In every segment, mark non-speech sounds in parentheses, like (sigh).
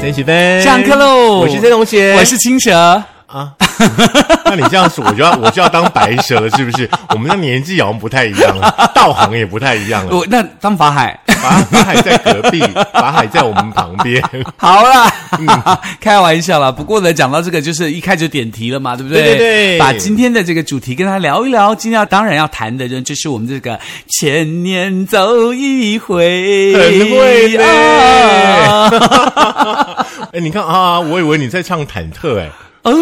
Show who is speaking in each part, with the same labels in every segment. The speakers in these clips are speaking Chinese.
Speaker 1: 三十分，
Speaker 2: 上课喽！
Speaker 1: 我是蔡同学，(laughs)
Speaker 2: 我是青蛇。
Speaker 1: 啊，那你这样说，我就要我就要当白蛇了，是不是？ (laughs) 我们的年纪好像不太一样 (laughs) 了，道行也不太一样了。啊
Speaker 2: 我那当法海，
Speaker 1: 法法海在隔壁，法海在我们旁 (laughs) 边。
Speaker 2: (laughs) 好啦， (laughs) 开玩笑啦。不过呢，讲到这个，就是一开始点题了嘛，对不对？
Speaker 1: 对对对
Speaker 2: 把今天的这个主题跟他聊一聊。今天要当然要谈的人就是我们这个千年走一回，
Speaker 1: 很会嘞
Speaker 2: (laughs) 啊
Speaker 1: (laughs) 哎、你看啊，我以为你在唱忐忑哎、
Speaker 2: 嗯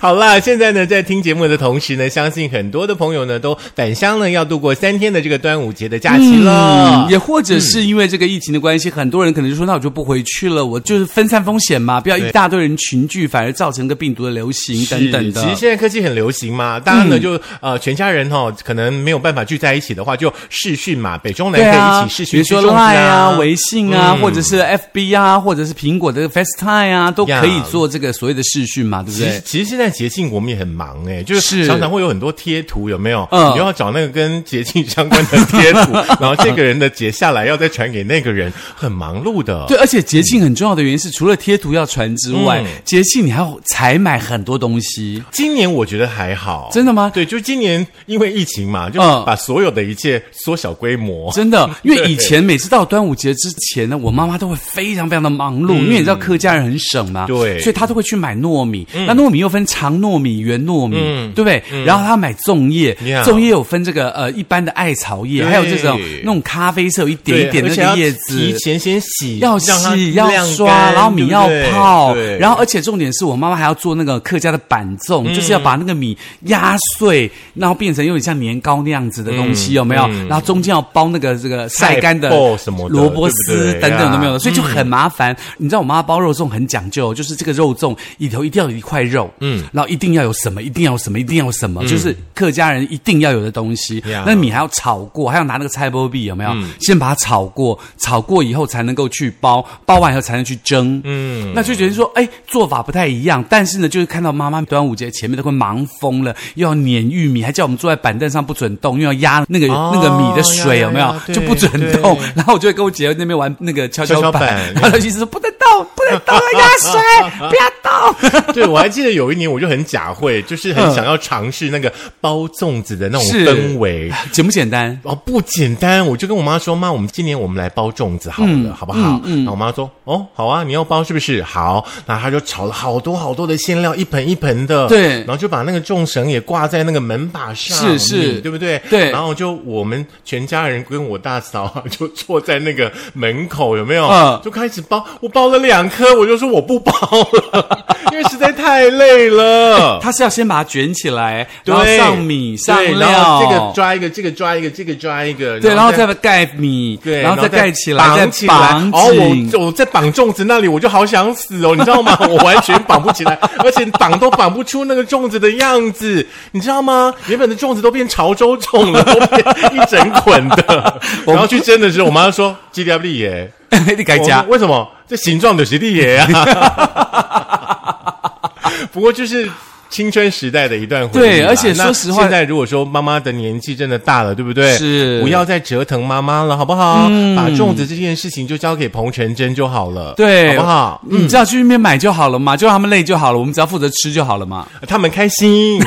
Speaker 1: 好啦，现在呢，在听节目的同时呢，相信很多的朋友呢都返乡呢，要度过三天的这个端午节的假期了。
Speaker 2: 嗯，也或者是因为这个疫情的关系，很多人可能就说，那我就不回去了，我就是分散风险嘛，不要一大堆人群聚，反而造成个病毒的流行等等
Speaker 1: 是其实
Speaker 2: 的。嗯
Speaker 1: 现在科技很流行嘛，大家呢、就呃全家人哦，可能没有办法聚在一起的话，就视讯嘛，北中南
Speaker 2: 对
Speaker 1: 可以
Speaker 2: 啊
Speaker 1: 一起视，
Speaker 2: 比
Speaker 1: 讯
Speaker 2: 如
Speaker 1: 吃粽
Speaker 2: 说
Speaker 1: 子、
Speaker 2: Line 啊、微信啊，或者是 FB 啊，或者是苹果的 FaceTime 啊，都
Speaker 1: 呀
Speaker 2: 可以做这个所谓的视讯嘛，对不
Speaker 1: 其实
Speaker 2: 对？
Speaker 1: 其实现在节庆我们也很忙哎、就是
Speaker 2: 是
Speaker 1: 常常会有很多贴图，有没有？
Speaker 2: 嗯
Speaker 1: 你又要找那个跟节庆相关的贴
Speaker 2: (laughs)
Speaker 1: 图，然后这个人的截下来要再传给那个人，很忙碌的。
Speaker 2: 对，而且节庆很重要的原因是，除了贴图要传之外，
Speaker 1: 呃嗯哦
Speaker 2: 节庆你还要采买很多东西。
Speaker 1: 今年我觉得还好，
Speaker 2: 真的吗
Speaker 1: 对，就今年因为疫情嘛，就
Speaker 2: 嗯
Speaker 1: 把所有的一切缩小规模。(laughs)
Speaker 2: 真的，因为以前每次到端午节之前呢，我妈妈都会非常非常的忙碌，因为你知道客家人很省嘛，
Speaker 1: 嗯对
Speaker 2: 所以她都会去买糯米。那糯米又分长糯米、圆糯米，
Speaker 1: 嗯
Speaker 2: 对不对？然后她买粽叶
Speaker 1: Yeah，
Speaker 2: 粽叶有分这个呃一般的艾草叶，
Speaker 1: 对
Speaker 2: 还有这种那种咖啡色有一点一点的
Speaker 1: 对而
Speaker 2: 那个
Speaker 1: 且要
Speaker 2: 叶
Speaker 1: 提
Speaker 2: 子。
Speaker 1: 前先洗，
Speaker 2: 要
Speaker 1: 让它
Speaker 2: 洗，要
Speaker 1: 晾
Speaker 2: 刷，
Speaker 1: 干
Speaker 2: 然后米要
Speaker 1: 对不对
Speaker 2: 泡
Speaker 1: 对，
Speaker 2: 然后而且重点是我妈妈还要做那个客家的板粽，就是
Speaker 1: 嗯
Speaker 2: 要把那个米压碎，然后变成有点像年糕那样子的东西，有没有？然后中间要包那个这个晒干的
Speaker 1: 嗯菜包什么的
Speaker 2: 萝卜
Speaker 1: 对
Speaker 2: 丝
Speaker 1: 不对
Speaker 2: 等等都没有
Speaker 1: 呀
Speaker 2: 的，所以就很麻烦。你知道我妈包肉粽很讲究，就是这个肉粽里头一定要有一块肉，嗯，然后一定要有什么，一定要有什么，一定要有什么，就是客家人一定要有的东西
Speaker 1: 嗯呀。嗯
Speaker 2: 那米还要炒过，还要拿那个菜包币有没有？先把它炒过，炒过以后才能够去包，包完以后才能去蒸。嗯，那就觉得说，哎，做法不太一样，但是呢，就是看到妈妈端午节前面都快忙疯了，又要碾玉米，还叫我们坐在板凳上不准动，又要压那个
Speaker 1: 哦
Speaker 2: 那个米的水有没
Speaker 1: 呀
Speaker 2: 有
Speaker 1: 呀呀？
Speaker 2: 就不准
Speaker 1: 对
Speaker 2: 动
Speaker 1: 对，
Speaker 2: 然后我就会跟我姐那边玩那个跷
Speaker 1: 跷跷
Speaker 2: 跷
Speaker 1: 板
Speaker 2: 板，然后她就一直说不能动，不能动，要压水，不要动。 (laughs)
Speaker 1: 对，我还记得有一年，我就很假会，就是很想要尝试那个包粽子的那种
Speaker 2: 嗯是
Speaker 1: 氛围。
Speaker 2: 简不简单？
Speaker 1: 哦，不简单！我就跟我妈说：“妈，我们今年我们来包粽子好了，
Speaker 2: 嗯
Speaker 1: 好不好？”然后我妈说：“哦，好啊，你要包是不是？好。”然后她就炒了好多好多的馅料，一盆一盆的，
Speaker 2: 对
Speaker 1: 然后就把那个粽绳也挂在那个门把上，嗯
Speaker 2: 是是
Speaker 1: 你对不对？
Speaker 2: 对
Speaker 1: 然后就我们全家人跟我大嫂啊，就坐在那个门口，有没有？
Speaker 2: 嗯
Speaker 1: 就开始包，我包了两颗，我就说我不包
Speaker 2: (laughs)
Speaker 1: 了，因为实在太累了。
Speaker 2: 它是要先把它卷起来，
Speaker 1: 对
Speaker 2: 然后上米上
Speaker 1: 对然
Speaker 2: 料
Speaker 1: 后，这个抓一个，这个抓一个，这个抓一个，
Speaker 2: 对，然后再盖米，
Speaker 1: 对，
Speaker 2: 然后再盖起来，
Speaker 1: 绑
Speaker 2: 再
Speaker 1: 起来。
Speaker 2: 绑
Speaker 1: 哦
Speaker 2: 紧，。
Speaker 1: 我我在绑粽子那里，我就好想死哦，你知道吗？ (laughs) 我完全绑不起来，而且绑都绑不出那个粽子的样子，你知道吗？原本的粽子都变潮州粽了，都变一整捆
Speaker 2: (laughs)
Speaker 1: 的。然后去蒸的时候，我妈就说 “G W 耶
Speaker 2: (laughs) 你”，该
Speaker 1: 我
Speaker 2: 加
Speaker 1: 说为什么？这形状就是地爷啊。
Speaker 2: (laughs)
Speaker 1: 不过就是。青春时代的一段回忆啦，
Speaker 2: 对而且
Speaker 1: 那
Speaker 2: 说实话
Speaker 1: 现在如果说妈妈的年纪真的大了，对不对？
Speaker 2: 是嗯
Speaker 1: 不要再折腾妈妈了，好不好？把粽子这件事情就交给彭晨真就好了，
Speaker 2: 对，
Speaker 1: 好不好？嗯
Speaker 2: 嗯你只要去那边买就好了嘛，就让他们累就好了，我们只要负责吃就好了嘛。
Speaker 1: 他们开心，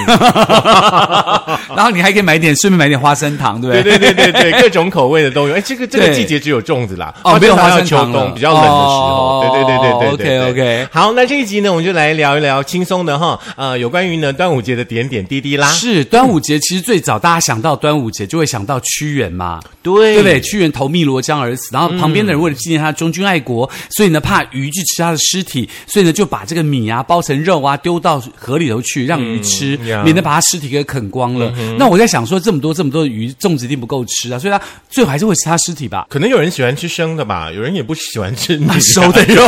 Speaker 2: 然后你还可以买一点，顺便买点花生糖，对不
Speaker 1: 对对
Speaker 2: 对？
Speaker 1: 对对对，各种口味的
Speaker 2: (laughs)
Speaker 1: 都有。哎，这个这个
Speaker 2: 对
Speaker 1: 季节只有粽子啦，
Speaker 2: 哦没有
Speaker 1: 它
Speaker 2: 花
Speaker 1: 要
Speaker 2: 生
Speaker 1: 秋
Speaker 2: 糖了
Speaker 1: 冬比较冷的时候，
Speaker 2: 哦
Speaker 1: 对对对对对对对
Speaker 2: OK，OK
Speaker 1: 好，那这一集呢，我们就来聊一聊轻松的哈，呃，有关于呢端午节的点点滴滴啦。
Speaker 2: 是端午节，其实最早大家想到端午节就会想到屈原嘛，
Speaker 1: 对
Speaker 2: 对不对？屈原投汨罗江而死，然后旁边的
Speaker 1: 嗯
Speaker 2: 人为了纪念他忠君爱国，所以呢怕鱼去吃他的尸体，所以呢就把这个米啊包成肉啊丢到河里头去让
Speaker 1: 嗯
Speaker 2: 鱼吃，
Speaker 1: 呀
Speaker 2: 免得把他尸体给啃光了。
Speaker 1: 嗯
Speaker 2: 那我在想说，这么多这么多的鱼，粽子一定不够吃啊，所以他最后还是会吃他尸体吧。
Speaker 1: 可能有人喜欢吃生的吧，有人也不喜欢吃米啊、
Speaker 2: 熟的肉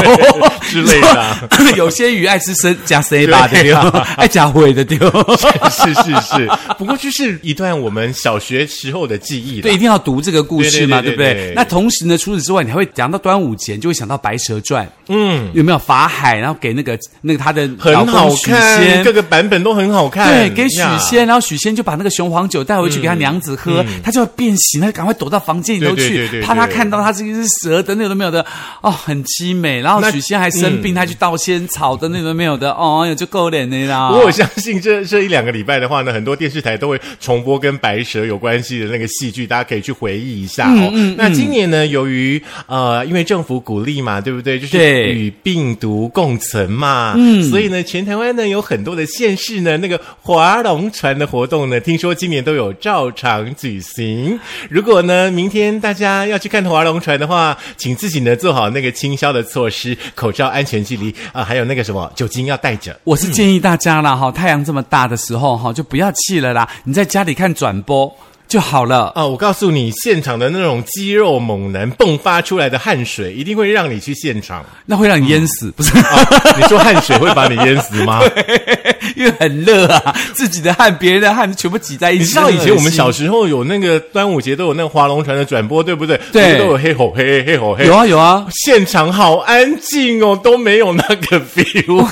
Speaker 1: 之类的啊。
Speaker 2: (laughs)
Speaker 1: (laughs)
Speaker 2: 有些鱼爱吃生加 C 吧，对吧？爱假毁的丢。
Speaker 1: (laughs) 是是是，不过就是一段我们小学时候的记忆啦
Speaker 2: 对，一定要读这个故事嘛，
Speaker 1: 对
Speaker 2: 对
Speaker 1: 对
Speaker 2: 不
Speaker 1: 对对
Speaker 2: 对？那同时呢，除此之外，你还会讲到端午节，你就会想到《白蛇传》，
Speaker 1: 嗯，
Speaker 2: 有没有法海，然后给那个那个他的老
Speaker 1: 很
Speaker 2: 公
Speaker 1: 好
Speaker 2: 许
Speaker 1: 看，
Speaker 2: 仙
Speaker 1: 各。个版本都很好看。
Speaker 2: 对，给许
Speaker 1: 呀嗯
Speaker 2: 仙，然后许仙就把那个雄黄酒带回去给他娘子喝，他就要变形，他就赶快躲到房间里头
Speaker 1: 对对
Speaker 2: 去，
Speaker 1: 对对对
Speaker 2: 怕他看到他这个是蛇的，那有的没有的，哦，很凄美。然后
Speaker 1: 那
Speaker 2: 许仙还生病，他去倒仙草的，那有的没有的，哦，哎呦就够脸的啦。
Speaker 1: 不过我相信这这一两个礼拜的话呢，很多电视台都会重播跟白蛇有关系的那个戏剧，大家可以去回忆一下哦。那今年呢，由于呃，因为政府鼓励嘛，对不对？就是
Speaker 2: 对
Speaker 1: 与病毒共存嘛，嗯，所以呢，全台湾呢有很多的县市呢，那个划龙船的活动呢，听说今年都有照常举行。如果呢，明天大家要去看划龙船的话，请自己呢做好那个清消的措施，口罩、安全距离啊、还有那个什么酒精要带着。
Speaker 2: 我是建议大家啦，哈，太阳这么大的时候，哈，就不要气了啦，你在家里看转播就好了。
Speaker 1: 啊、我告诉你，现场的那种肌肉猛男迸发出来的汗水，一定会让你去现场。 (laughs)
Speaker 2: 那会让你淹死，不是
Speaker 1: 你说汗水会把你淹死
Speaker 2: (laughs)
Speaker 1: 吗？
Speaker 2: 因为很热啊，自己的汗、别人的汗全部挤在一起。
Speaker 1: 你知道以前我们小
Speaker 2: 很恶心
Speaker 1: 时候有那个端午节都有那个划龙船的转播，对不对？
Speaker 2: 对
Speaker 1: 不是都有嘿吼嘿嘿吼嘿。
Speaker 2: 有啊有啊， (laughs)
Speaker 1: 现场好安静哦，都没有那个
Speaker 2: 哦
Speaker 1: feel。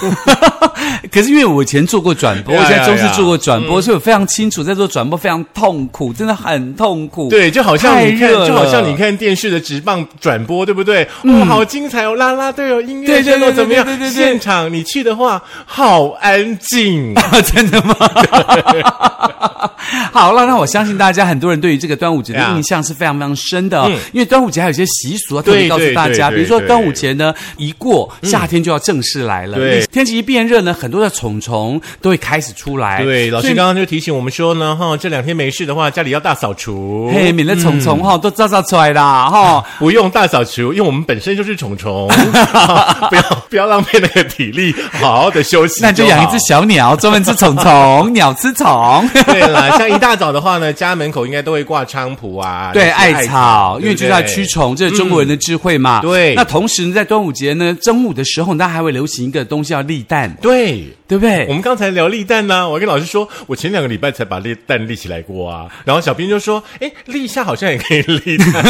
Speaker 2: 可是因为我以前做过转
Speaker 1: (laughs)
Speaker 2: 播，
Speaker 1: 呀
Speaker 2: 我在中
Speaker 1: 哎呀嗯
Speaker 2: 视
Speaker 1: 呀
Speaker 2: 做过转播，所以我非常清楚，在做转播非常痛苦，真的很痛
Speaker 1: (laughs)
Speaker 2: 苦。
Speaker 1: 对，就好像你看，
Speaker 2: 太热了嗯
Speaker 1: 就好像你看电视的直棒转播，对不对？哦，好精彩哦，啦啦队哦，音乐
Speaker 2: 对对
Speaker 1: 声哦，
Speaker 2: 对对
Speaker 1: 怎么样
Speaker 2: 对对？对对
Speaker 1: 现场你去的话，好安静。
Speaker 2: (laughs) 真的吗？ (laughs) 好了，那我相信大家很多人对于这个端午节的
Speaker 1: 对啊
Speaker 2: 印象是非常非常深的哦、
Speaker 1: 嗯
Speaker 2: 因为端午节还有一些习俗要特
Speaker 1: 对
Speaker 2: 别告诉大家，
Speaker 1: 对对对
Speaker 2: 比如说
Speaker 1: 对嗯
Speaker 2: 端午节呢一过，夏天就要正式来了，
Speaker 1: 对
Speaker 2: 天气一变热呢，很多的虫虫都会开始出来，
Speaker 1: 对，老师
Speaker 2: 哎所以
Speaker 1: 刚刚就提醒我们说呢，哈，这两天没事的话，家里要大扫除。
Speaker 2: 嘿，免得虫
Speaker 1: 嗯
Speaker 2: 虫哈都照照出来
Speaker 1: (laughs)
Speaker 2: 啦哈。
Speaker 1: 不用大扫除，因为我们本身就是虫
Speaker 2: (laughs)
Speaker 1: 虫，哈不要不要浪费那个体力，好好的休息好。
Speaker 2: 那就养一只小鸟，专门吃虫虫，鸟吃虫。
Speaker 1: 对啦，像一大早的话呢，家门口应该都会挂菖蒲啊，
Speaker 2: (laughs) 对，
Speaker 1: 那些
Speaker 2: 艾草，因为就是要
Speaker 1: 对不
Speaker 2: 驱。
Speaker 1: 对嗯
Speaker 2: 虫，这是中国人的智慧嘛。
Speaker 1: 对
Speaker 2: 那同时呢，在端午节呢，正午的时候，那还会流行一个东西叫立蛋，
Speaker 1: 对
Speaker 2: 对不
Speaker 1: 我
Speaker 2: 对？
Speaker 1: 们刚才聊立蛋呢、我跟老师说，我前两个礼拜才把立蛋立起来过啊。然后小编就说，哎，立一下好像也可以立
Speaker 2: (laughs)
Speaker 1: 蛋，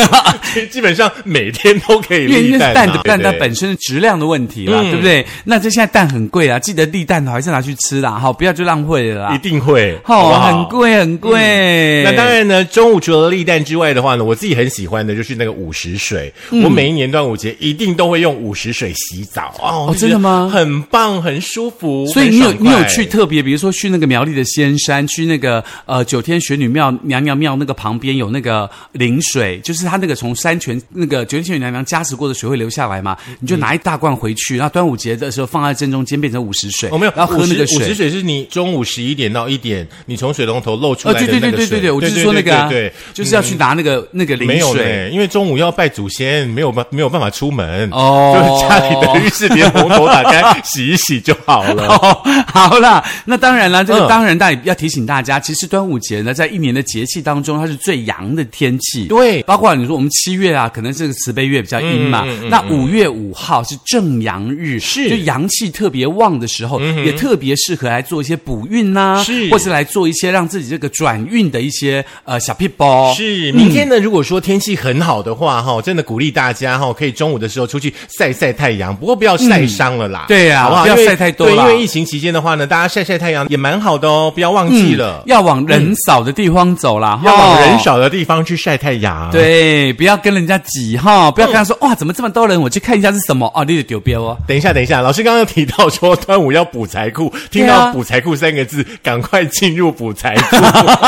Speaker 1: 所以基本上每天都可以
Speaker 2: 因为
Speaker 1: 立蛋、啊。
Speaker 2: 那是蛋的
Speaker 1: 对
Speaker 2: 蛋
Speaker 1: 不
Speaker 2: 它
Speaker 1: 对
Speaker 2: 本身的质量的问题啦，
Speaker 1: 嗯
Speaker 2: 对不对？那这现在蛋很贵啊，记得立蛋的还是拿去吃啦，好，不要就浪费了
Speaker 1: 一
Speaker 2: 啦。
Speaker 1: 定会，好不
Speaker 2: 哦，
Speaker 1: 好
Speaker 2: 啊
Speaker 1: 嗯
Speaker 2: 很贵很贵。
Speaker 1: 那当然呢，中午除了立蛋之外的话呢，我自己很喜欢的就是那个午时水。
Speaker 2: 嗯
Speaker 1: 我每一年端午节一定都会用午时水洗澡哦
Speaker 2: 哦真的吗
Speaker 1: 很棒，很舒服。
Speaker 2: 所以你有
Speaker 1: 很爽
Speaker 2: 你
Speaker 1: 快
Speaker 2: 有去特别，比如说去那个苗栗的仙山，去那个呃九天玄女庙娘娘庙那个旁边有那个灵水，就是它那个从山泉那个九天玄女娘娘加持过的水会流下来嘛，
Speaker 1: 嗯
Speaker 2: 你就拿一大罐回去，然后端午节的时候放在正中间变成午时水，
Speaker 1: 哦，没有，
Speaker 2: 然后喝那个
Speaker 1: 午时午时水
Speaker 2: 水。
Speaker 1: 是你中午十一点到一点，你从水龙头漏出
Speaker 2: 哦，
Speaker 1: 来的
Speaker 2: 对
Speaker 1: 那个
Speaker 2: 对
Speaker 1: 水。
Speaker 2: 对对对对，我就是说那个啊，
Speaker 1: 对对对嗯
Speaker 2: 就是要去拿那个那个灵
Speaker 1: 没有
Speaker 2: 水。
Speaker 1: 呢，因为中午要拜祖先，没有办没有办法出门
Speaker 2: 哦
Speaker 1: (laughs) 就是家里的浴室连红头打开洗一洗就好
Speaker 2: (laughs)
Speaker 1: 了。
Speaker 2: 哦， (laughs) 好啦，那当然啦，这
Speaker 1: 嗯
Speaker 2: 个当然大家要提醒大家，其实端午节呢，在一年的节气当中，它是最阳的天气。
Speaker 1: 对
Speaker 2: 包括你说我们七月啊，可能这个慈悲月比较阴
Speaker 1: 嗯
Speaker 2: 嘛，那五月五号是正阳日，
Speaker 1: 是嗯
Speaker 2: 就阳气特别旺的时候，也特别适合来做一些补运呐、
Speaker 1: 是
Speaker 2: 或是来做一些让自己这个转运的一些呃小 p 包。
Speaker 1: 是，明天呢，如果说天气很好的话，哈，真的鼓励大家哈，可以中午的时候出去晒晒太阳，不过不要晒伤了啦。
Speaker 2: 对啊
Speaker 1: 好不好？
Speaker 2: 不要
Speaker 1: 因为
Speaker 2: 晒太多
Speaker 1: 对，因
Speaker 2: 啦
Speaker 1: 为疫情期间的话呢，大家晒晒太阳也蛮好的哦，不要忘记了，
Speaker 2: 要往人少的地方走啦，
Speaker 1: 嗯要往
Speaker 2: 哈
Speaker 1: 人少的地方去晒太阳。。
Speaker 2: 对，不要跟人家挤哈，不要跟他说、
Speaker 1: 嗯
Speaker 2: 哇，怎么这么多人？我去看一下是什么哦，你就丢标哦。
Speaker 1: 等一下，等一下，老师刚刚提到说端午要补财库，听
Speaker 2: 对
Speaker 1: 到
Speaker 2: 啊
Speaker 1: 补财库三个字，赶快进入补财库。
Speaker 2: (laughs)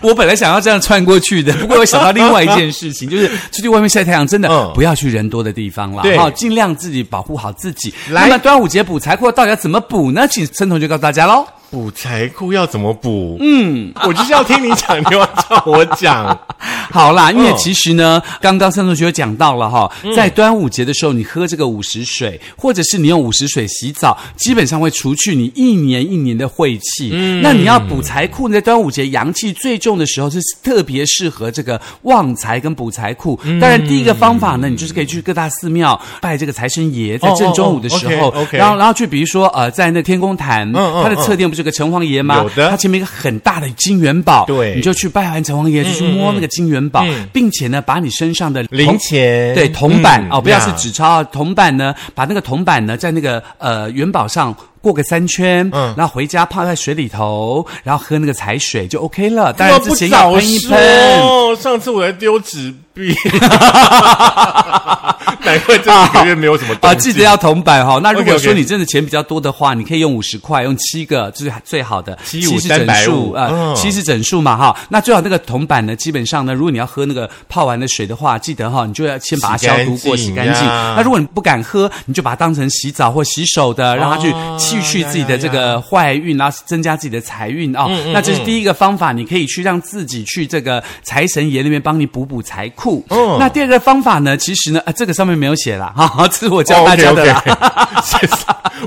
Speaker 2: 我本来想要这样穿过
Speaker 1: (laughs)
Speaker 2: 去的，不过我想到另外一件事情，就是出去外面晒太阳，真的、
Speaker 1: 嗯
Speaker 2: 不要去人多的地方啦
Speaker 1: 对，
Speaker 2: 哈，尽量自己保护好自己。
Speaker 1: 来
Speaker 2: 那么端午节补财库到底要怎么补呢？请陈同学告诉大家喽。
Speaker 1: 补财库要怎么补？嗯，我就是要听你讲，你要叫我讲。
Speaker 2: (laughs) 好啦，因为
Speaker 1: 嗯
Speaker 2: 其实呢，刚刚三同学有讲到了哈，在端午节的时候，你喝这个午时水，或者是你用午时水洗澡，基本上会除去你一年一年的晦气。
Speaker 1: 嗯
Speaker 2: 那你要补财库，你在端午节阳气最重的时候，是特别适合这个旺财跟补财库。
Speaker 1: 嗯
Speaker 2: 当然，第一个方法呢，你就是可以去各大寺庙拜这个财神爷，在
Speaker 1: 哦
Speaker 2: 正中
Speaker 1: 哦
Speaker 2: 午的时候，
Speaker 1: ，OK，OK
Speaker 2: 然后然后去比如说呃，在那天公坛，
Speaker 1: 嗯嗯
Speaker 2: 它的
Speaker 1: 嗯
Speaker 2: 侧殿不是有个城隍爷吗？
Speaker 1: 有的
Speaker 2: 它前面一个很大的金元宝，
Speaker 1: 对嗯
Speaker 2: 你就去拜完城隍爷，就去摸那个金元宝，并且呢，把你身上的
Speaker 1: 零
Speaker 2: 铜
Speaker 1: 钱
Speaker 2: 对铜板
Speaker 1: 嗯
Speaker 2: 哦，不要
Speaker 1: 呀
Speaker 2: 是纸钞啊，铜板呢，把那个铜板呢，在那个呃元宝上。过个三圈，
Speaker 1: 嗯
Speaker 2: 然后回家泡在水里头，然后喝那个财水就 OK 了。当然之
Speaker 1: 不
Speaker 2: 前要
Speaker 1: 早
Speaker 2: 喷一喷，
Speaker 1: 说，上次我还丢纸币， (laughs) 难怪这几个月没有什么动
Speaker 2: 啊，
Speaker 1: 静
Speaker 2: 记得要铜板哈、那如果
Speaker 1: OK，OK
Speaker 2: 说你真的钱比较多的话，你可以用五十块，用七个，这是最好的
Speaker 1: 七五
Speaker 2: 是
Speaker 1: 三
Speaker 2: 整
Speaker 1: 百
Speaker 2: 数
Speaker 1: 五
Speaker 2: 啊，
Speaker 1: 嗯
Speaker 2: 七是整数嘛哈。那最好那个铜板呢，基本上呢，如果你要喝那个泡完的水的话，记得哈，你就要先把它
Speaker 1: 洗
Speaker 2: 消
Speaker 1: 干
Speaker 2: 毒过、
Speaker 1: 净
Speaker 2: 洗干净。
Speaker 1: 呀
Speaker 2: 那如果你不敢喝，你就把它当成洗澡或洗手的，让它去
Speaker 1: 哦
Speaker 2: 去去
Speaker 1: 呀
Speaker 2: 自己
Speaker 1: 呀
Speaker 2: 的这
Speaker 1: 呀嗯
Speaker 2: 个坏运，然后增加自己的财运啊。那这是第一个方法，你可以去让自己去这个财神爷那边帮你补补财库。
Speaker 1: 嗯
Speaker 2: 那第二个方法呢，其实呢，啊，这个上面没有写啦，哈 (laughs) 哈，这是我教
Speaker 1: 哦
Speaker 2: 大家的
Speaker 1: OK，OK
Speaker 2: 啦。 (laughs)
Speaker 1: 谢谢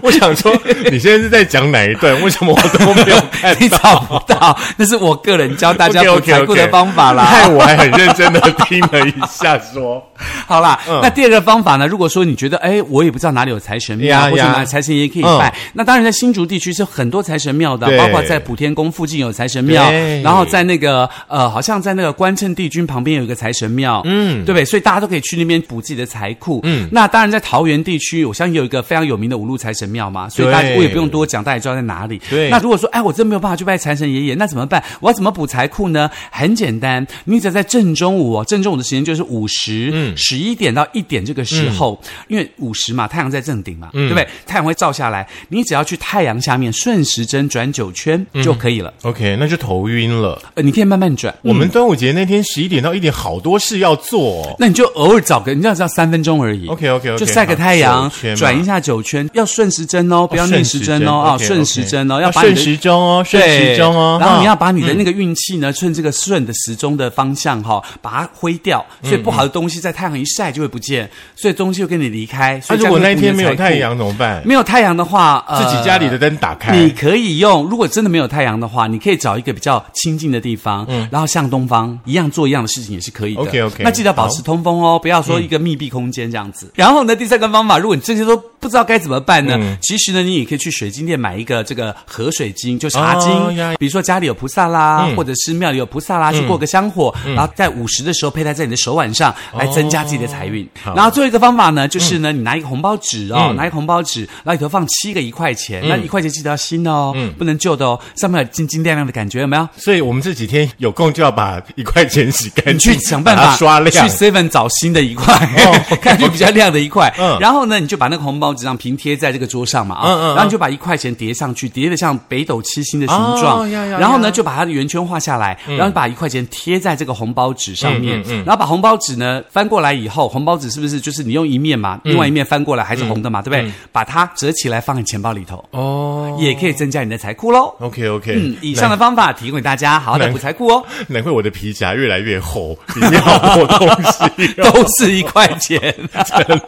Speaker 1: 我想说，你现在是在讲哪一段？为什么我都没有看
Speaker 2: 你
Speaker 1: 到？
Speaker 2: 找不到，那是我个人教 (laughs) 大家补财库的方法啦。
Speaker 1: 害我哎还很认真的听了一下，说，
Speaker 2: (laughs) 好啦，
Speaker 1: 嗯
Speaker 2: 那第二个方法呢？如果说你觉得，哎，我也不知道哪里有财神庙，
Speaker 1: 呀
Speaker 2: 或者
Speaker 1: 呀
Speaker 2: 哪里财神爷可以
Speaker 1: 嗯
Speaker 2: 拜，那当然在新竹地区是有很多财神庙的，
Speaker 1: 对
Speaker 2: 包括在普天宫附近有财神庙，
Speaker 1: 对
Speaker 2: 然后在那个呃，好像在那个关称帝君旁边有一个财神庙，嗯，对不对？所以大家都可以去那边补自己的财库。嗯，那当然在桃园地区，我相信有一个非常有名的五路财神庙嘛，所以大家
Speaker 1: 对
Speaker 2: 我也不用多讲，大家也知道在哪里。
Speaker 1: 对
Speaker 2: 那如果说，哎，我真没有办法去拜财神爷爷，那怎么办？我要怎么补财库呢？很简单，你只要在正中午哦，正中午的时间就是午时，十一点到一点这个时候，因为午时嘛，太阳在正顶嘛，对不对？太阳会照下来，你只要去太阳下面顺时针转九圈就可以了。
Speaker 1: OK，那就头晕了。
Speaker 2: 呃，你可以慢慢转。
Speaker 1: 我们端午节那天十一点到一点，好多事要做、哦。
Speaker 2: 那你就偶尔找个，你知道只要三分钟而已。
Speaker 1: OK，OK，OK，
Speaker 2: 就晒个太阳
Speaker 1: 好九圈，嘛
Speaker 2: 转一下九圈，要顺时针哦，不要逆时针哦，啊，顺时针哦，要把你
Speaker 1: 顺
Speaker 2: 的
Speaker 1: 时钟哦，顺
Speaker 2: 对，
Speaker 1: 时钟哦。
Speaker 2: 然后你
Speaker 1: 哈
Speaker 2: 要把你的那个运气呢，顺这个顺的时钟的方向哈、把它挥掉。
Speaker 1: 嗯
Speaker 2: 所以不好的东西在太阳一晒就会不见，所以东西又跟你离开。
Speaker 1: 那、
Speaker 2: 所以
Speaker 1: 啊如果
Speaker 2: 这
Speaker 1: 那
Speaker 2: 样就
Speaker 1: 天
Speaker 2: 不
Speaker 1: 没
Speaker 2: 能
Speaker 1: 有
Speaker 2: 财
Speaker 1: 太
Speaker 2: 库，
Speaker 1: 阳怎么办？
Speaker 2: 没有呃太阳的话，呃、
Speaker 1: 自己家里的。灯打开。
Speaker 2: 你可以用，如果真的没有太阳的话，你可以找一个比较清静的地方，然后向东方一样做一样的事情也是可以
Speaker 1: 嗯
Speaker 2: 的。
Speaker 1: OK，OK，嗯
Speaker 2: 那记得保持通风哦，不要说一个密闭空间这样子。然后呢，第三个方法，如果你这些都不知道该怎么办呢，
Speaker 1: 嗯
Speaker 2: 其实呢，你也可以去水晶店买一个这个河水晶，就茶晶，
Speaker 1: 哦呀嗯
Speaker 2: 比如说家里有菩萨啦，或者是庙里有菩萨啦，去过个香火，然后在午时的时候佩戴在你的手腕上，
Speaker 1: 嗯
Speaker 2: 来增加自己的财运。
Speaker 1: 哦
Speaker 2: 然后最后一个方法呢，就是呢，你拿一个红包纸哦，
Speaker 1: 嗯
Speaker 2: 拿一个红包纸，然后里头放七个一块钱，那一块钱记得要新哦，
Speaker 1: 嗯
Speaker 2: 不能旧的哦，上面有金金亮亮的感觉，有没有？
Speaker 1: 所以我们这几天有空就要把一块钱洗干
Speaker 2: (laughs) 你
Speaker 1: 净，
Speaker 2: 去想
Speaker 1: (laughs)
Speaker 2: 办
Speaker 1: 把
Speaker 2: 法
Speaker 1: 它刷亮
Speaker 2: 去。Seven 找新的一块， (laughs)
Speaker 1: 哦
Speaker 2: 看去比较亮的一块。
Speaker 1: 嗯
Speaker 2: 然后呢，你就把那个红包纸上平贴在这个桌上嘛啊，
Speaker 1: 嗯嗯嗯
Speaker 2: 然后你就把一块钱叠上去，叠的像北斗七星的形状。
Speaker 1: 哦呀呀
Speaker 2: 然后呢，
Speaker 1: 呀
Speaker 2: 就把它的圆圈画下来，然后把一块钱贴在这个红包纸上面，
Speaker 1: 嗯嗯
Speaker 2: 然后把红包纸呢翻过来以后，红包纸是不是就是你用一面
Speaker 1: 嗯
Speaker 2: 嘛，另外一面翻过来还是红的嘛，对不对？把它折起来放在钱包里头，
Speaker 1: 哦
Speaker 2: 也可以增加你的财库喽。
Speaker 1: ，OK OK，
Speaker 2: 嗯，以上的方法提供给大家，好好的补财库哦。
Speaker 1: 难怪我的皮夹越来越厚，里面好多东西、哦。
Speaker 2: (laughs) 都是一块
Speaker 1: (laughs)
Speaker 2: 钱，真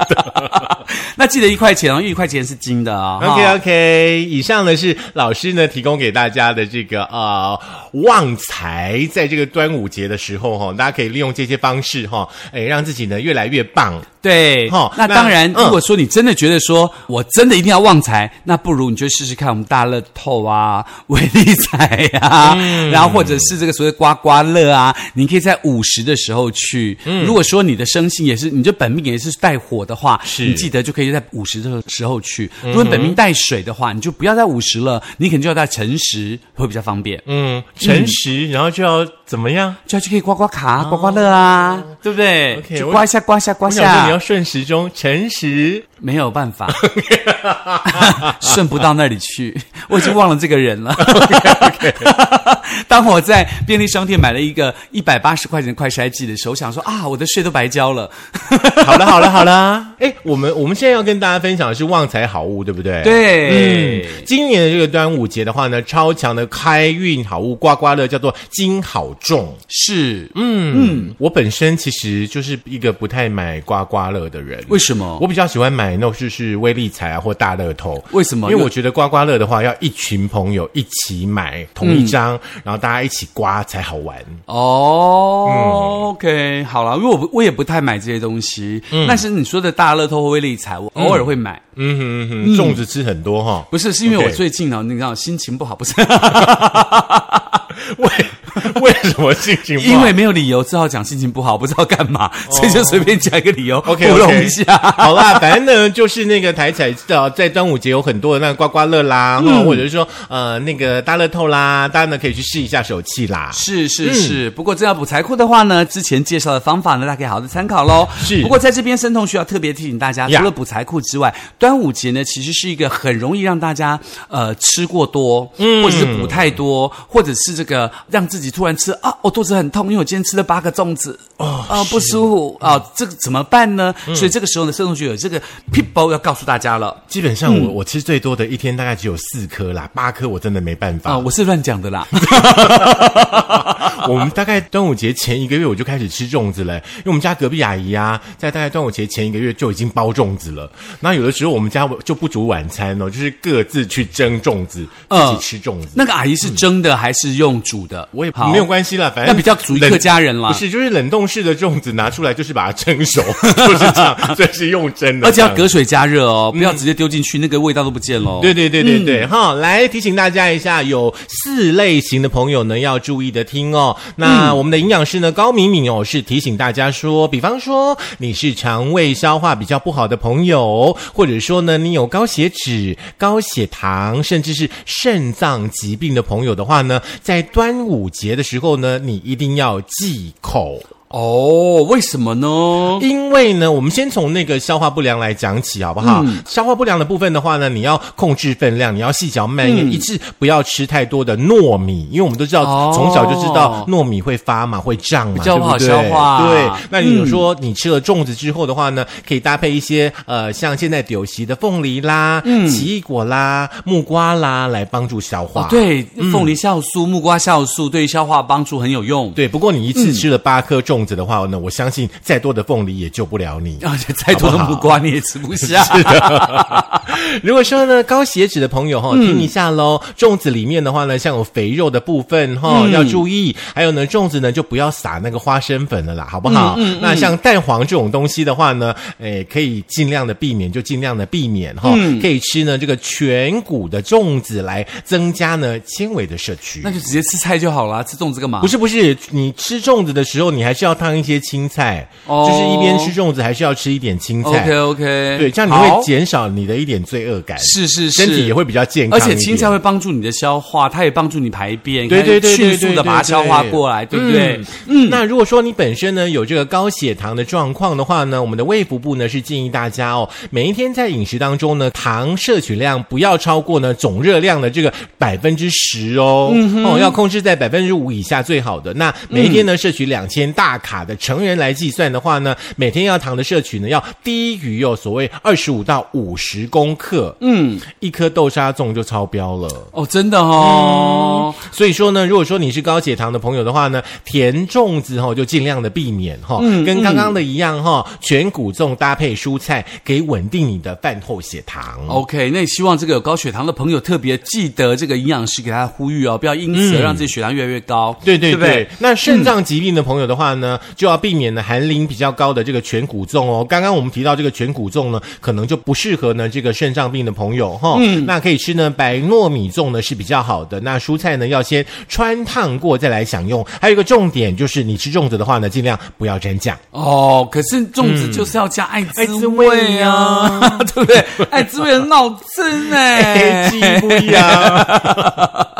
Speaker 2: 的。 (laughs) 那记得一块钱哦，因为一块钱是金的啊、哦。
Speaker 1: OK OK，以上呢是老师呢提供给大家的这个呃旺财，在这个端午节的时候哈、大家可以利用这些方式哈、哎，让自己呢越来越棒。
Speaker 2: 对，
Speaker 1: 哦
Speaker 2: 那
Speaker 1: 那
Speaker 2: 当然，
Speaker 1: 嗯
Speaker 2: 如果说你真的觉得说我真的一定要旺财，那不如你就试试看我们大乐透啊、 (laughs) 威力彩啊，
Speaker 1: 嗯
Speaker 2: 然后或者是这个所谓刮刮乐啊，你可以在午时的时候去。
Speaker 1: 嗯
Speaker 2: 如果说你的生性也是，你这本命也是带火的话，
Speaker 1: 是嗯
Speaker 2: 你记得就可以在午时的时候去。如果你本命带水的话，你就不要在午时了，你可能就要在辰时会比较方便。
Speaker 1: 嗯，诚实，然后就要怎么样？
Speaker 2: 就要去可以刮刮卡、刮刮乐啊，对不对
Speaker 1: 哦 OK，
Speaker 2: 就
Speaker 1: 我
Speaker 2: 刮一下、刮一下、刮
Speaker 1: 我
Speaker 2: 一
Speaker 1: 想说你要
Speaker 2: 下，
Speaker 1: 顺时钟，诚实。
Speaker 2: 没有办
Speaker 1: (laughs)
Speaker 2: 法， (laughs) 顺不到那里去。 (laughs) 我已经忘了这个人
Speaker 1: (laughs)
Speaker 2: 了。 (laughs) 当我在便利商店买了一个一百
Speaker 1: (laughs)
Speaker 2: 八十块钱的快筛剂的时候，我想说啊，我的税都白交了。
Speaker 1: 好了好了好了，哎，我们我我们现在要跟大家分享的是旺财好物，对不对？。
Speaker 2: (laughs) 对，
Speaker 1: 嗯，今年的这个端午节的话呢，超强的开运好物刮刮乐叫做金好中。
Speaker 2: 是，嗯，
Speaker 1: 嗯，我本身其实就是一个不太买刮刮乐的人。
Speaker 2: 为什么？
Speaker 1: 我比较喜欢买那种就是威力彩啊或大乐透，
Speaker 2: 为什么
Speaker 1: 因为我觉得刮刮乐的话，要一群朋友一起买同一张，
Speaker 2: 嗯
Speaker 1: 然后大家一起刮才好玩。
Speaker 2: 哦、o k 好了，因为我不我也不太买这些东西，但是你说的大乐透或威力彩，我偶尔会买。
Speaker 1: 嗯哼哼，粽子吃很多哈、
Speaker 2: 不是，是因为
Speaker 1: OK
Speaker 2: 我最近呢，你知道心情不好，
Speaker 1: (laughs)
Speaker 2: 不是
Speaker 1: 为 (laughs) 为什么心情不好？
Speaker 2: 因为没有理由，只好讲心情不好，不知道干嘛，所以就随便讲一个理由
Speaker 1: 哦 OK，
Speaker 2: 糊弄一下。
Speaker 1: 好啦，反正呢，就是那个台彩呃，在端午节有很多的那个刮刮乐啦，哈，或者是说呃那个大乐透啦，大家呢可以去试一下手气啦。
Speaker 2: 是
Speaker 1: 嗯
Speaker 2: 是是，不过真要补财库的话呢，之前介绍的方法呢，大家可以好好的参考喽。
Speaker 1: 是
Speaker 2: 不过在这边，申同学要特别提醒大家，
Speaker 1: 呀
Speaker 2: 除了补财库之外，端午节呢，其实是一个很容易让大家呃吃过多，
Speaker 1: 嗯
Speaker 2: 或者是补太多，或者是这个让自己突然吃啊，我肚子很痛，因为我今天吃了八个粽子，哦，啊不舒服啊，
Speaker 1: 嗯
Speaker 2: 这个怎么办呢？所以这个时候呢，申同学有这个 people 要告诉大家了。
Speaker 1: 基本上我、我吃最多的一天大概只有四颗啦，八颗我真的没办法。
Speaker 2: 啊，我是乱讲的
Speaker 1: (laughs)
Speaker 2: 啦，
Speaker 1: 我们大概端午节前一个月我就开始吃粽子了，因为我们家隔壁阿姨啊，在大概端午节前一个月就已经包粽子了。那有的时候我们家就不煮晚餐哦，就是各自去蒸粽子，自己
Speaker 2: 嗯
Speaker 1: 吃粽子。
Speaker 2: 那个阿姨是蒸的还是用煮的？
Speaker 1: 我也
Speaker 2: 好
Speaker 1: 没有关系啦，反正
Speaker 2: 那比较属于
Speaker 1: 冷
Speaker 2: 客家人啦
Speaker 1: 不是，就是冷冻室的粽子拿出来，就是把它蒸熟， (laughs) 就是这样，这是用蒸的，
Speaker 2: 而且要
Speaker 1: 这样
Speaker 2: 隔水加热哦，不要直接丢进去，那个味道都不见喽。
Speaker 1: 嗯对对对对对，哈、来提醒大家一下，有四类型的朋友呢要注意的听哦。那我们的营养师呢高敏敏哦是提醒大家说，比方说你是肠胃消化比较不好的朋友，或者说呢你有高血脂、高血糖，甚至是肾脏疾病的朋友的话呢，在端午节的时候呢，你一定要忌口。
Speaker 2: 哦，为什么呢？
Speaker 1: 因为呢，我们先从那个消化不良来讲起，好不好？
Speaker 2: 嗯
Speaker 1: 消化不良的部分的话呢，你要控制分量，你要细嚼慢咽，一致不要吃太多的糯米，因为我们都知道、
Speaker 2: 嗯哦
Speaker 1: 从小就知道糯米会发嘛，会胀嘛，
Speaker 2: 比较
Speaker 1: 对
Speaker 2: 不好
Speaker 1: 对
Speaker 2: 消化嗯
Speaker 1: 对，那你有说你吃了粽子之后的话呢，可以搭配一些呃，像现在有席的凤梨啦、奇异果啦、木瓜啦，来帮助消化。
Speaker 2: 嗯哦，对，
Speaker 1: 嗯
Speaker 2: 凤梨酵素、木瓜酵素对于消化帮助很有用。
Speaker 1: 对，不过你一
Speaker 2: 嗯
Speaker 1: 次吃了八颗粽子的话呢，我相信再多的凤梨也救不了你。
Speaker 2: 而且再多的木瓜你也吃
Speaker 1: (laughs)
Speaker 2: 不下。
Speaker 1: 如果说呢，高血脂的朋友哈、
Speaker 2: 嗯
Speaker 1: 听一下喽。粽子里面的话呢，像有肥肉的部分哈、
Speaker 2: 嗯
Speaker 1: 要注意。还有呢，粽子呢就不要撒那个花生粉了啦，好不好？
Speaker 2: 嗯
Speaker 1: 那像蛋黄这种东西的话呢，诶，可以尽量的避免，就尽量的避免哈、
Speaker 2: 嗯
Speaker 1: 可以吃呢这个全谷的粽子来增加呢纤维的摄取
Speaker 2: 那。就直接吃菜就好了，吃粽子干嘛？
Speaker 1: 不是不是，你吃粽子的时候，你还是要烫一些青菜，
Speaker 2: 哦
Speaker 1: 就是一边吃粽子还是要吃一点青菜。
Speaker 2: OK OK，
Speaker 1: 对，这样你会减少你的一点罪恶感。
Speaker 2: 是是是，
Speaker 1: 身体也会比较健康
Speaker 2: 而
Speaker 1: 一点，
Speaker 2: 且青菜会帮助你的消化，它也帮助你排便，
Speaker 1: 对对对对
Speaker 2: 可以迅速的把它消化过来，对不对？
Speaker 1: 嗯，那如果说你本身呢有这个高血糖的状况的话呢，我们的卫福部呢是建议大家哦，每一天在饮食当中呢，糖摄取量不要超过呢总热量的这个百分之十哦，
Speaker 2: 嗯
Speaker 1: 哦，要控制在百分之五以下最好的。那每一天呢、摄取两千大卡的成人来计算的话呢，每天要糖的摄取呢要低于有、哦、所谓二十五到五十公克，嗯，一颗豆沙粽就超标了。
Speaker 2: 哦，真的哦，
Speaker 1: 所以说呢，如果说你是高血糖的朋友的话呢，甜粽子哈、就尽量的避免哈、跟刚刚的一样哈、全谷粽搭配蔬菜，给稳定你的饭后血糖。
Speaker 2: OK，那也希望这个有高血糖的朋友特别记得这个营养师给他呼吁哦，不要因此而让自己血糖越来越高。
Speaker 1: 对对
Speaker 2: 对不
Speaker 1: 对，那肾脏疾病的朋友的话呢，就要避免呢含磷比较高的这个全谷粽哦。刚刚我们提到这个全谷粽呢，可能就不适合呢这个肾脏病的朋友哈、嗯，那可以吃呢白糯米粽呢是比较好的。那蔬菜呢要先穿烫过再来享用。还有一个重点就是，你吃粽子的话呢，尽量不要沾酱。
Speaker 2: 哦，可是粽子就是要加爱滋
Speaker 1: 嗯
Speaker 2: 味啊， (laughs) 对
Speaker 1: (laughs)
Speaker 2: 不对？ (laughs) 爱滋味很脑震哎、
Speaker 1: 黑鸡不一样。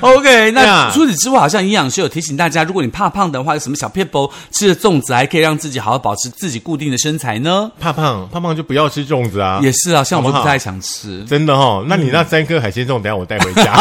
Speaker 2: OK，那
Speaker 1: Yeah
Speaker 2: 除此之外，好像营养师有提醒大家，如果你怕胖的话，有什么小撇步吃了粽子还可以让自己好好保持自己固定的身材呢？
Speaker 1: 怕胖胖胖就不要吃粽子啊。
Speaker 2: 也是啊，像我
Speaker 1: 好
Speaker 2: 就
Speaker 1: 不好
Speaker 2: 不太想吃。
Speaker 1: 真的哦，那你那三颗海鲜粽，等一下我带回
Speaker 2: (laughs)
Speaker 1: 家，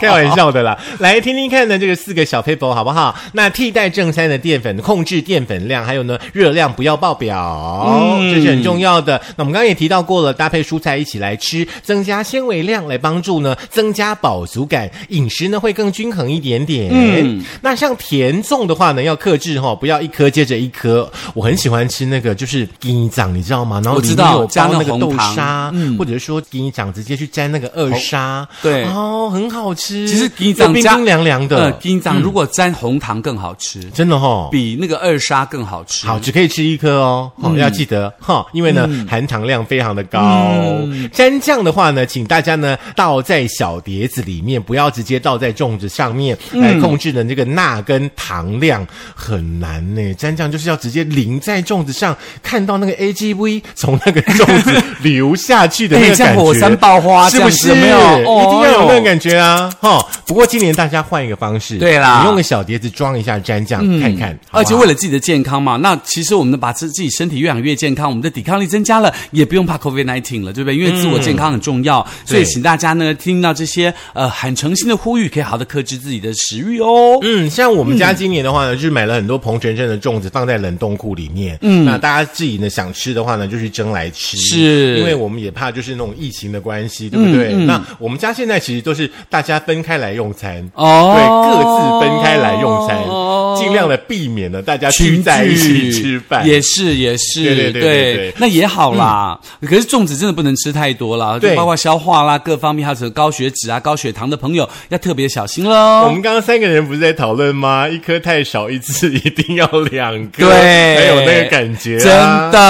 Speaker 1: 开玩笑的啦。来听听看呢，这个四个小 paper 好不好？那替代正餐的淀粉，控制淀粉量，还有呢热量不要爆表，
Speaker 2: 嗯
Speaker 1: 这是很重要的。那我们刚刚也提到过了，搭配蔬菜一起来吃，增加纤维量来帮助呢增加饱足感，饮食呢会更均衡一点点。嗯，那像甜粽的话呢，要克制哈、哦，不要一颗接着一颗。我很喜欢吃那个就是鸡掌，你知道吗？然后
Speaker 2: 我知
Speaker 1: 里面
Speaker 2: 道
Speaker 1: 有
Speaker 2: 加
Speaker 1: 包
Speaker 2: 那
Speaker 1: 那个
Speaker 2: 红
Speaker 1: 豆
Speaker 2: 糖
Speaker 1: 沙。嗯，或者是说给你长直接去沾那个二沙，
Speaker 2: 对
Speaker 1: 哦，很好吃。
Speaker 2: 其实
Speaker 1: 嗯
Speaker 2: 金
Speaker 1: 又
Speaker 2: 掌
Speaker 1: 冰
Speaker 2: 加
Speaker 1: 冰凉凉
Speaker 2: 呃
Speaker 1: 的，，嗯
Speaker 2: 金掌如果沾红糖更好吃，
Speaker 1: 真的哦。
Speaker 2: 比那个二沙更好吃。嗯
Speaker 1: 好，只可以吃一颗哦，哦要记得哈、因为呢、含糖量非常的高。
Speaker 2: 嗯
Speaker 1: 蘸酱的话呢，请大家呢倒在小碟子里面，不要直接倒在粽子上面，
Speaker 2: 嗯
Speaker 1: 来控制的这个钠跟糖量很难呢。蘸酱就是要直接淋在粽子上，看到那个 AGV 从那个粽子流下去的那
Speaker 2: 哎，
Speaker 1: 个感
Speaker 2: 像
Speaker 1: 觉，
Speaker 2: 火山爆花
Speaker 1: 是
Speaker 2: 这
Speaker 1: 不
Speaker 2: 样
Speaker 1: 是？
Speaker 2: 子，有没哦有？
Speaker 1: 一定要有那个
Speaker 2: 觉。
Speaker 1: 感觉啊！哈、不过今年大家换一个方式，
Speaker 2: 对啦嗯
Speaker 1: 你用个小碟子装一下蘸酱、看看，
Speaker 2: 而且为
Speaker 1: 了
Speaker 2: 了自己的健康嘛，那其实我们把自自己身体越养越健康，我们的抵抗力增加了，也不用怕 COVID nineteen 了，对不对？因为自我健康很重要，所
Speaker 1: 嗯
Speaker 2: 以
Speaker 1: 对
Speaker 2: 请大家呢听到这些呃很诚心的呼吁，可以好好的克制自己的食欲哦。
Speaker 1: 嗯，像我们家今年的话呢，就是买了很多彭全正的粽子放在冷冻库里面。嗯，那大家自己呢想吃的话呢，就去蒸来吃。
Speaker 2: 是嗯
Speaker 1: 因为我们也怕就是那种疫情的关系，对不对？那我们家现在其实都是大家分开来用餐，
Speaker 2: 哦
Speaker 1: 对，各自分开来用餐，
Speaker 2: 哦
Speaker 1: 尽量的避免呢大家聚在一起吃饭。
Speaker 2: 也是也是，
Speaker 1: 对对对对对嗯
Speaker 2: 那也好啦。可是粽子真的不能吃太多啦，就
Speaker 1: 对
Speaker 2: 包括消化啦各方面，还有高血脂啊、高血糖的朋友要特别小心喽。
Speaker 1: 我们刚刚三个人不是在讨论吗？一颗太少，一次一定要两颗，
Speaker 2: 对，
Speaker 1: 才有那个感觉、啊嗯
Speaker 2: 真。的、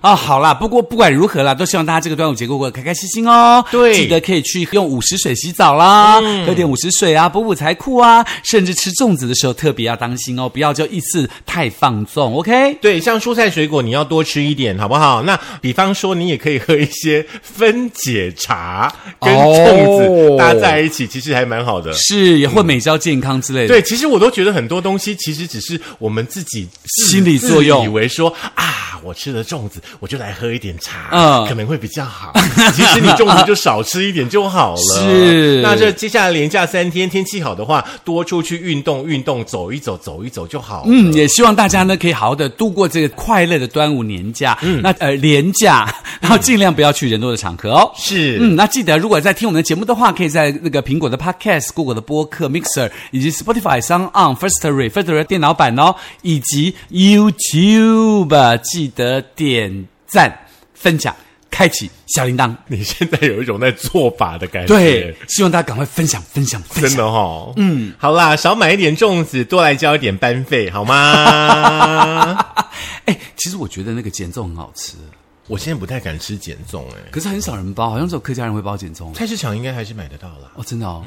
Speaker 2: 啊！好啦，不过不管如何啦，都希望大家这个端午节过过得开开心心哦。
Speaker 1: 对嗯
Speaker 2: 记得可以去用午时水洗澡啦，喝点午时水啊，补补财库啊，甚至吃粽子的时候特别要当心哦，不要就一次太放纵。OK，
Speaker 1: 对，像蔬菜水果你要多吃一点，好不好？那比方说，你也可以喝一些分解茶，跟粽子
Speaker 2: 哦
Speaker 1: 搭在一起，其实还蛮好的。
Speaker 2: 是也会美消健康之类的。
Speaker 1: 对，其实我都觉得很多东西其实只是我们自己自
Speaker 2: 心理作用
Speaker 1: 自以为说啊，我吃了粽子，我就来喝一点茶，
Speaker 2: 嗯
Speaker 1: 可能会比较好。其实你粽子就少吃一点就好了。
Speaker 2: (laughs) 是
Speaker 1: 那这接下来连假三天，天气好的话，多出去运动运动，走一走，走一走就好了。
Speaker 2: 嗯，也希望大家呢可以好好的度过这个快乐的端午年假。嗯，那呃年假，然后尽量不要去人多的场合哦。
Speaker 1: 是，
Speaker 2: 嗯，那记得如果在听我们的节目的话，可以在那个苹果的 Podcast、Google 的播客 Mixer 以及 Spotify 上 On Firstory、Firstory 电脑版哦，以及 YouTube，记得点赞、分享、开启小铃铛。
Speaker 1: (laughs) 你现在有一种在做法的感觉。
Speaker 2: 对，希望大家赶快分享、分享、分
Speaker 1: 真
Speaker 2: 享。
Speaker 1: 的哈、哦，嗯，好啦，少买一点粽子，多来交一点班费，好吗？
Speaker 2: 哎，其实我觉得那个减重很好吃，
Speaker 1: 我现在不太敢吃减粽、哎，
Speaker 2: 可是很少人包，好像只有客家人会包减重。
Speaker 1: 菜市场应该还是买得到啦。
Speaker 2: 哦，真的哦，